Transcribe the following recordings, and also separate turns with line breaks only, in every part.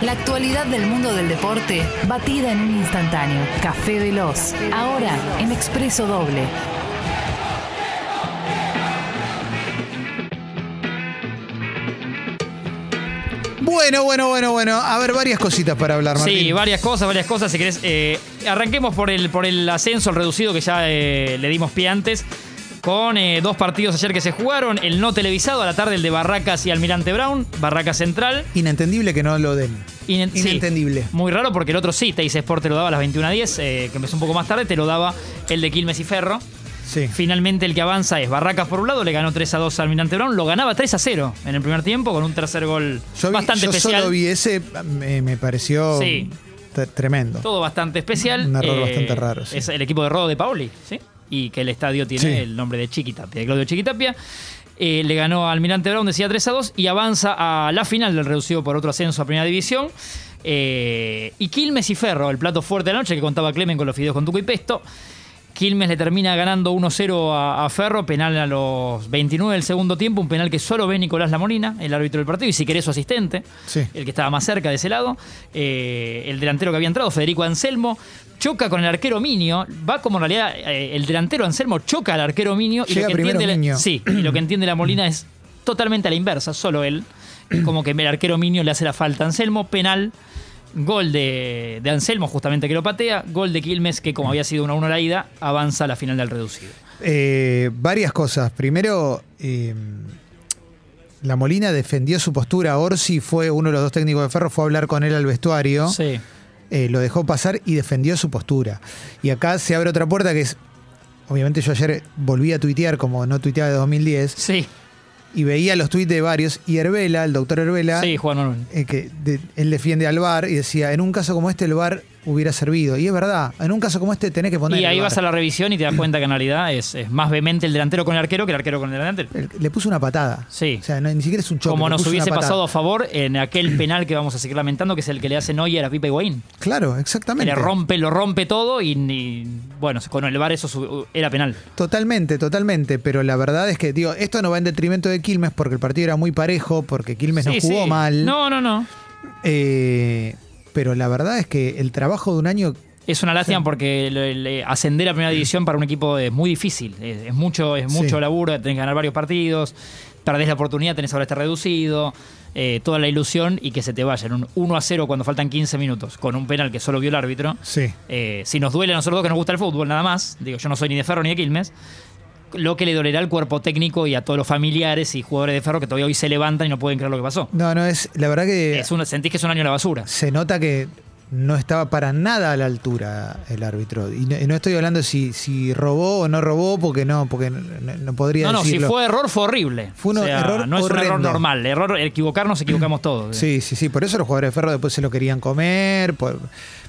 La actualidad del mundo del deporte, batida en un instantáneo. Café Veloz, ahora en Expreso Doble.
Bueno, bueno, bueno, bueno. A ver, varias cositas para hablar, Martín.
Sí, varias cosas, varias cosas. Si querés, eh, arranquemos por el, por el ascenso, el reducido que ya eh, le dimos pie antes. Con eh, dos partidos ayer que se jugaron, el no televisado a la tarde, el de Barracas y Almirante Brown, Barracas Central.
Inentendible que no lo den.
Inen- sí.
Inentendible.
muy raro porque el otro sí, Teis Sport te lo daba a las 21.10, eh, que empezó un poco más tarde, te lo daba el de Quilmes y Ferro.
Sí.
Finalmente el que avanza es Barracas por un lado, le ganó 3 a 2 al Almirante Brown, lo ganaba 3 a 0 en el primer tiempo con un tercer gol
Yo, vi-
bastante
yo
especial.
solo vi ese, me, me pareció
Sí.
t- tremendo.
Todo bastante especial. eh,
Un error bastante raro, sí.
Es el equipo de Rodo de Paoli, ¿sí? Y que el estadio tiene
Sí.
el nombre de Chiquitapia, de Claudio Chiquitapia. Eh, le ganó a Almirante Brown, decía 3 a 2, y avanza a la final del reducido por otro ascenso a Primera División. Eh, y Quilmes y Ferro, el plato fuerte de la noche que contaba Clemen con los fideos con Tuco y Pesto. Quilmes le termina ganando 1-0 a, a Ferro, penal a los 29 del segundo tiempo, un penal que solo ve Nicolás Lamorina, el árbitro del partido, y si querés su asistente,
Sí.
el que estaba más cerca de ese lado, eh, el delantero que había entrado, Federico Anselmo, choca con el arquero Minio, va como en realidad eh, el delantero Anselmo choca al arquero Minio y
Llega
lo que
primero
entiende la-
Minio.
sí, y lo que entiende la Molina es totalmente a la inversa, solo él, como que el arquero Minio le hace la falta a Anselmo, penal. Gol de, de Anselmo, justamente que lo patea. Gol de Quilmes, que como había sido 1-1 la ida, avanza a la final del reducido.
Eh, varias cosas. Primero, eh, la Molina defendió su postura. Orsi fue uno de los dos técnicos de Ferro, fue a hablar con él al vestuario.
Sí.
eh, lo dejó pasar y defendió su postura. Y acá se abre otra puerta que es. Obviamente yo ayer volví a tuitear como no tuiteaba de 2010
Sí,
y veía los tuits de varios. Y Herbela, el doctor Herbela,
sí, Juan Manuel.
eh, que de- él defiende al VAR y decía, en un caso como este el VAR hubiera servido. Y es verdad, en un caso como este tenés que poner...
Y
el
ahí
VAR.
vas a la revisión y te das cuenta que en realidad es, es más vehemente el delantero con el arquero que el arquero con el delantero.
El- Le puso una patada.
Sí.
O sea, no- ni siquiera es un choque.
Como
le
nos
puso una
hubiese
patada.
pasado a favor en aquel penal que vamos a seguir lamentando, que es el que le hace Neuer a Pipa Higuaín.
Claro,
Que
exactamente.
le rompe, lo rompe todo y, y, bueno, con el VAR eso su- era penal.
Totalmente, totalmente. Pero la verdad es que, digo, esto no va en detrimento de Quilmes porque el partido era muy parejo, porque Quilmes no
Sí,
jugó
sí.
mal.
No, no, no.
Eh, pero la verdad es que el trabajo de un año.
Es una lástima porque le- le- ascender a primera división para un equipo es muy difícil. Es, es mucho, es
Sí.
mucho laburo, tenés que ganar varios partidos, perdés la oportunidad, tenés ahora este reducido, eh, toda la ilusión y que se te vayan. Un 1 a 0 cuando faltan 15 minutos, con un penal que solo vio el árbitro.
Sí.
Eh, si nos duele a nosotros dos que nos gusta el fútbol, nada más, digo, yo no soy ni de Ferro ni de Quilmes, lo que le dolerá al cuerpo técnico y a todos los familiares y jugadores de Ferro que todavía hoy se levantan y no pueden creer lo que pasó.
No, no, es. La verdad que
Es un- sentís que es un año en la basura.
se nota que no estaba para nada a la altura el árbitro. Y no, y no estoy hablando si, si robó o no robó, porque no, porque no, no podría
No, no, si
decirlo.
fue error fue horrible.
Fue un error
no es un error
horrendo.
normal. Error, equivocarnos, equivocamos todos.
Sí, sí, sí. Por eso los jugadores de ferro después se lo querían comer. por-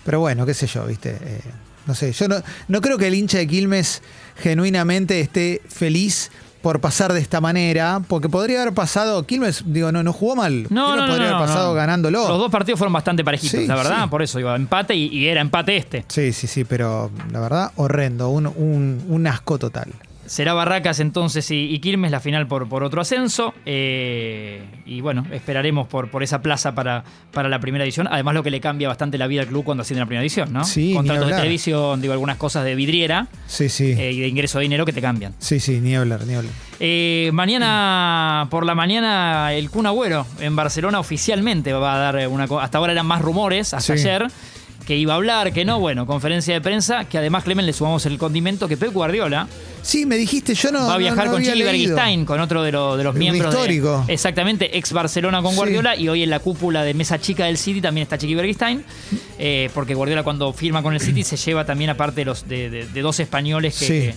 pero bueno, qué sé yo, viste. Eh, no sé, yo no, no creo que el hincha de Quilmes genuinamente esté feliz por pasar de esta manera, porque podría haber pasado, Quilmes, digo, no, no jugó mal.
No,
Quilmes
no, no,
podría
no,
haber pasado
no.
ganándolo.
Los dos partidos fueron bastante parejitos,
Sí,
la verdad.
sí.
Por eso iba empate y, y era empate este.
Sí, sí, sí, pero la verdad, horrendo, un, un- un asco total.
Será Barracas entonces y, y Quilmes la final por, por otro ascenso. eh, y bueno, esperaremos por, por esa plaza para, para la primera edición. Además, lo que le cambia bastante la vida al club cuando asciende a la primera edición, ¿no?
Sí, ni
Contratos de
hablar.
televisión, digo, algunas cosas de vidriera
Sí, sí.
eh, y de ingreso de dinero que te cambian.
Sí, sí, ni hablar, ni hablar.
Eh, mañana por la mañana el Kun Agüero en Barcelona oficialmente va a dar eh, una co- hasta ahora eran más rumores hasta
Sí.
ayer que iba a hablar, que no, bueno, conferencia de prensa, que además Clemen le sumamos el condimento que Pep Guardiola
Sí, me dijiste, yo no.
va a
no-
viajar
no
con
había
Chili
leído.
Bergstein, con otro de, lo- de los
Un
miembros de-
histórico.
exactamente, ex Barcelona con
Sí.
Guardiola y hoy en la cúpula de mesa chica del City también está Chiqui Bergstein, eh, porque Guardiola cuando firma con el City se lleva también aparte de los de, de- de dos españoles que,
Sí.
que-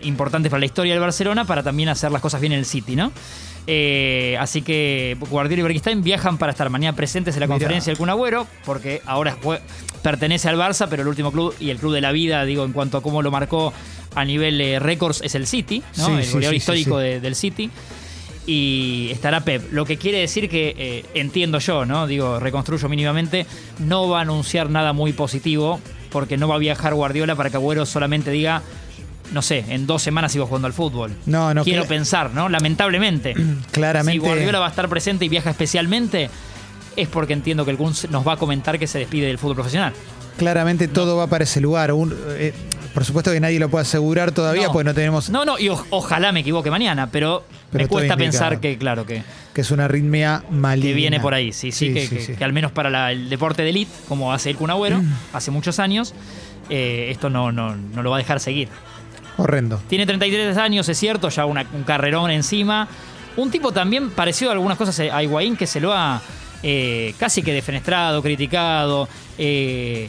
que importantes para la historia del Barcelona para también hacer las cosas bien en el City, ¿no? Eh, así que Guardiola y Bergstein viajan para estar mañana presentes en la
Mirá.
conferencia del Kun Agüero, porque ahora jue- pertenece al Barça, pero el último club y el club de la vida, digo, en cuanto a cómo lo marcó a nivel eh, récords, es el City, ¿no?
Sí,
el
sí,
goleador
sí, sí,
histórico
sí.
de- del City. Y estará Pep. Lo que quiere decir que, eh, entiendo yo, ¿no? Digo, reconstruyo mínimamente, no va a anunciar nada muy positivo, porque no va a viajar Guardiola para que Agüero solamente diga, no sé, en dos semanas sigo jugando al fútbol.
No, no,
Quiero
cla-
pensar, ¿no? Lamentablemente.
Claramente.
Si Guardiola va a estar presente y viaja especialmente, es porque entiendo que el Guns nos va a comentar que se despide del fútbol profesional.
Claramente todo va para ese lugar. Un- eh, por supuesto que nadie lo puede asegurar todavía,
No.
pues no tenemos
No, no, y o- ojalá me equivoque mañana, pero,
Pero
me
todo
cuesta
indica-
pensar que, claro, que,
que es una arritmia maligna.
que viene por ahí. Sí, sí, que, que- que al menos para la- el deporte de elite, como hace el Kun Agüero hace muchos años, eh, esto no, no, no lo va a dejar seguir.
Horrendo.
Tiene 33 años, es cierto, ya una- un carrerón encima. Un tipo también parecido a algunas cosas a Higuaín que se lo ha eh, casi que defenestrado, criticado. eh,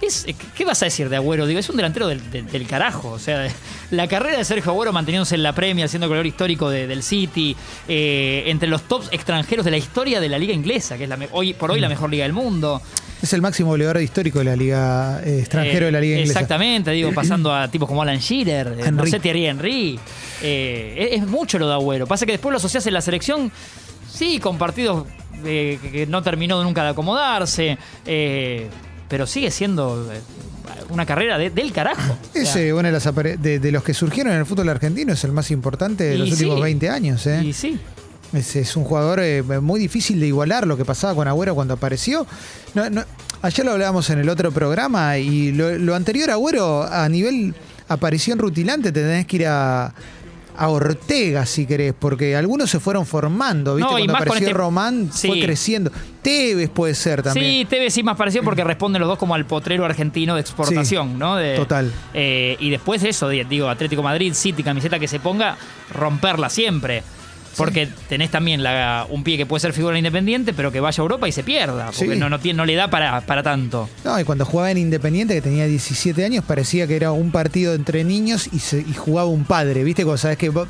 es- ¿Qué vas a decir de Agüero? Digo, es un delantero del, del- del carajo. O sea, la carrera de Sergio Agüero manteniéndose en la Premier, siendo color histórico de- del City, eh, entre los tops extranjeros de la historia de la liga inglesa, que es la me- hoy, por hoy la mejor liga del mundo.
Es el máximo goleador histórico de la liga eh, extranjero de la liga
Eh,
inglesa.
Exactamente, digo, pasando a tipos como Alan Shearer, eh, no
Henry.
sé, Thierry Henry. Eh, es, es mucho lo de Agüero. Pasa que después lo asocias en la selección, sí, con partidos eh, que, que no terminó nunca de acomodarse, eh, pero sigue siendo eh, una carrera de- del carajo. O sea,
Es eh, una de las apare- de, de los que surgieron en el fútbol argentino, es el más importante de los
Y
últimos
sí.
20 años. eh.
Y sí.
Es, es un jugador eh, muy difícil de igualar lo que pasaba con Agüero cuando apareció. No, no- ayer lo hablábamos en el otro programa y lo, lo anterior a Agüero a nivel aparición rutilante te tenés que ir a, a Ortega si querés, porque algunos se fueron formando, ¿viste?
No, y
cuando
más con
apareció
este-
Román fue
Sí.
creciendo. Tevez puede ser también.
Sí, TV sí más parecido porque responden los dos como al potrero argentino de exportación,
Sí,
¿no? De-
total.
eh, y después eso, di- digo, Atlético Madrid, City, camiseta que se ponga, romperla siempre. Porque tenés también la- un pie que puede ser figura independiente, pero que vaya a Europa y se pierda. Porque
Sí.
no, no, tiene, no le da para, para tanto.
No, y cuando jugaba en Independiente, que tenía 17 años, parecía que era un partido entre niños y, se- y jugaba un padre, ¿viste? Cuando sabes que vos-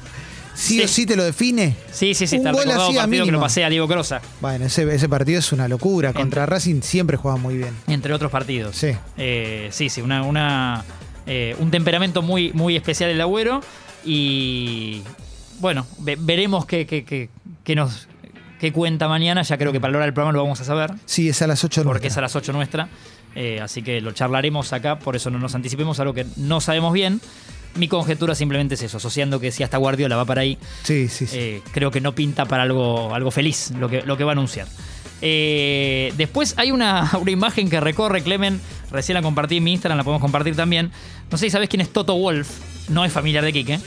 sí,
Sí.
o sí te lo define.
Sí, sí, sí,
Un
está
gol
recordado
hacía
partido que lo
mínimo.
pasé a Diego Crosa,
Bueno, ese, ese partido es una locura. Contra Racing siempre juega muy bien.
entre otros partidos.
Sí.
Eh, sí, sí, una, una, eh, un temperamento muy, muy especial el agüero. Y bueno, ve- veremos qué, qué- qué- qué nos qué cuenta mañana. Ya creo que para la hora del programa lo vamos a saber,
Sí, es a las 8 de
porque es a las 8 nuestra. Eh, así que lo charlaremos acá, por eso no nos anticipemos a lo que no sabemos bien. Mi conjetura simplemente es eso, asociando que si hasta Guardiola va para ahí,
Sí, sí, sí.
eh, creo que no pinta para algo, algo feliz lo que, lo que va a anunciar. Eh, después hay una, una imagen que recorre Clemen, recién la compartí en mi Instagram, la podemos compartir también. No sé si sabes quién es Toto Wolf, no es familiar de Quique.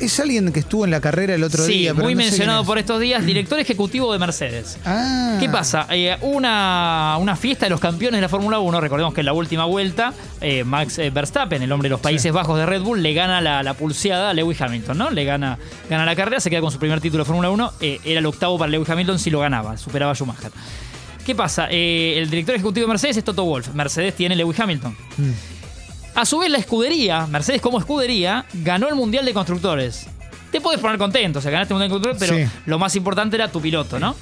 Es alguien que estuvo en la carrera el otro
sí,
día. pero
muy
no sé
mencionado por
quién
estos días, director ejecutivo de Mercedes.
es. Ah.
¿Qué pasa? Eh, una, una fiesta de los campeones de la Fórmula 1. Recordemos que en la última vuelta, eh, Max eh, Verstappen, el hombre de los Países Bajos de Red Bull, le gana la, la pulseada a Lewis Hamilton, ¿no? Le gana, gana la carrera, se queda con su primer título de Fórmula 1. Eh, era el octavo para Lewis Hamilton si lo ganaba, superaba a Schumacher. ¿Qué pasa? Eh, el director ejecutivo de Mercedes es Toto Wolf. Mercedes tiene Lewis Hamilton.
Mm.
A su vez, la escudería, Mercedes como escudería, ganó el Mundial de Constructores. Te puedes poner contento, o sea, ganaste el Mundial de Constructores, pero
Sí.
lo más importante era tu piloto, ¿no?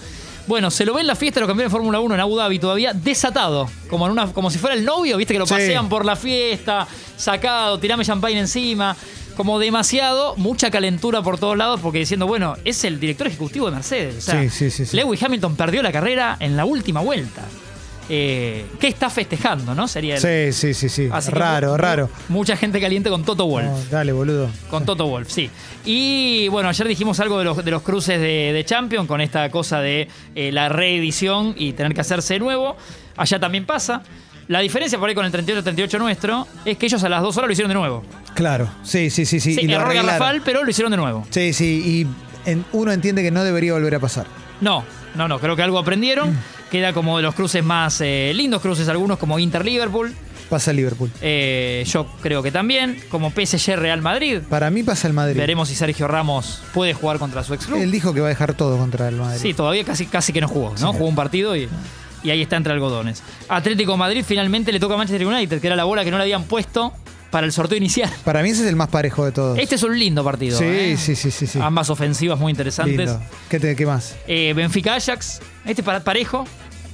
Bueno, se lo ve en la fiesta de los campeones de Fórmula 1 en Abu Dhabi todavía desatado, como, en una, como si fuera el novio, viste que lo
Sí.
pasean por la fiesta, sacado, tirame champagne encima, como demasiado, mucha calentura por todos lados, porque diciendo, bueno, es el director ejecutivo de Mercedes. O sea,
Sí, sí, sí, sí.
Lewis Hamilton perdió la carrera en la última vuelta. Eh, ¿Qué está festejando, no? Sería el,
Sí, sí, sí, sí.
Así que
raro,
mu-
raro. Ah.
Mucha gente caliente con Toto Wolf.
No, dale, boludo.
Con Toto Wolf, sí. Y bueno, ayer dijimos algo de los, de los cruces de, de Champion con esta cosa de eh, la reedición y tener que hacerse de nuevo. Allá también pasa. La diferencia por ahí con el 38-38 nuestro es que ellos a las dos horas lo hicieron de nuevo.
Claro. Sí, sí, sí, sí.
Sí,
y lo
error
arreglaron.
garrafal, pero lo hicieron de nuevo.
Sí, sí. Y en- uno entiende que no debería volver a pasar.
No, no, no, creo que algo
Mm.
aprendieron. Queda como de los cruces más eh, lindos cruces, algunos como Inter-Liverpool.
Pasa Liverpool.
eh, yo creo que también, como PSG-Real Madrid.
Para mí pasa el Madrid.
Veremos si Sergio Ramos puede jugar contra su ex club.
Él dijo que va a dejar todo contra el Madrid.
Sí, todavía casi, casi que no jugó, ¿no?
Sí.
Jugó un partido y, y ahí está entre algodones. Atlético de Madrid finalmente le toca a Manchester United, que era la bola que no le habían puesto para el sorteo inicial.
Para mí ese es el más parejo de todos.
Este es un lindo partido.
sí,
¿eh?
sí, sí, sí, sí.
Ambas ofensivas muy interesantes.
Lindo. ¿Qué, te- qué más?
Eh, Benfica Ajax, este para parejo.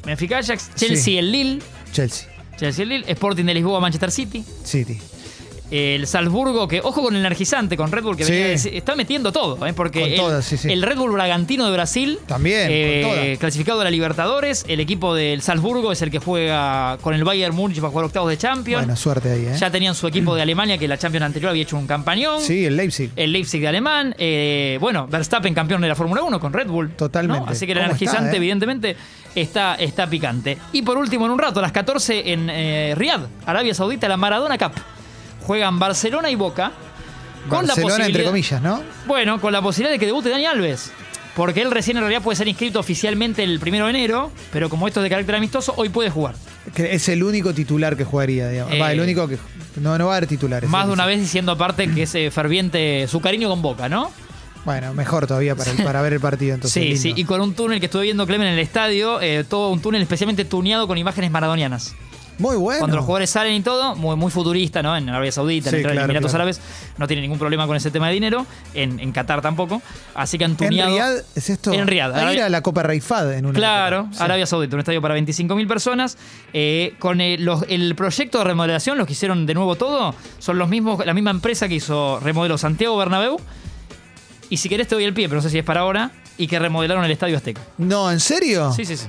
Benfica Ajax, Chelsea
Sí.
el Lille,
Chelsea,
Chelsea el Lille, Sporting de Lisboa Manchester City.
City.
El Salzburgo, que ojo con el energizante, con Red Bull, que
Sí.
venía de- está metiendo todo, ¿eh? porque
Con
el,
todas, sí, sí.
el Red Bull Bragantino de Brasil,
También, con
eh,
todas.
clasificado a la Libertadores, el equipo del Salzburgo es el que juega con el Bayern Múnich para jugar octavos de Champions.
Bueno, suerte ahí, ¿eh?
Ya tenían su equipo de Alemania, que la Champions anterior había hecho un campañón.
Sí, el Leipzig.
El Leipzig de Alemán. eh, bueno, Verstappen campeón de la Fórmula 1 con Red Bull. ¿no?
Totalmente.
Así que el
¿Cómo
energizante,
está, eh?
evidentemente, está, está picante. Y por último, en un rato, a las 14 en eh, Riyadh, Arabia Saudita, la Maradona Cup. Juegan Barcelona y Boca. Con
Barcelona,
la posibilidad,
entre comillas, ¿no?
Bueno, con la posibilidad de que debute Dani Alves. Porque él recién en realidad puede ser inscrito oficialmente el primero de enero, pero como esto es de carácter amistoso, hoy puede jugar.
Que es el único titular que jugaría, digamos.
Eh,
va, el único que. No, no va a haber titulares.
Más de
sí,
una
sí.
vez diciendo aparte que es eh, ferviente su cariño con Boca, ¿no?
Bueno, mejor todavía para, el- para ver el partido, entonces.
Sí,
lindo.
sí, y con un túnel que estuve viendo Clemen en el estadio, eh, todo un túnel especialmente tuneado con imágenes maradonianas.
Muy bueno.
Cuando los jugadores salen y todo, muy, muy futurista, ¿no? En Arabia Saudita,
Ah, Sí,
en
claro,
Emiratos
claro.
Árabes, no tiene ningún problema con ese tema de dinero, en, en Qatar tampoco, así que han
¿En
tuneado...
Riyadh es esto?
En Riyadh,
Ahí
Arabia-
era la Copa Rey Fad en una.
Claro,
época. Sí.
Arabia Saudita, un estadio para 25.000 personas. Eh, con el, los- el proyecto de remodelación, los que hicieron de nuevo todo, son los mismos, la misma empresa que hizo remodelo Santiago Bernabéu. Y si querés te doy el pie, pero no sé si es para ahora, y que remodelaron el Estadio Azteca.
No, ¿en serio?
Sí, sí, sí.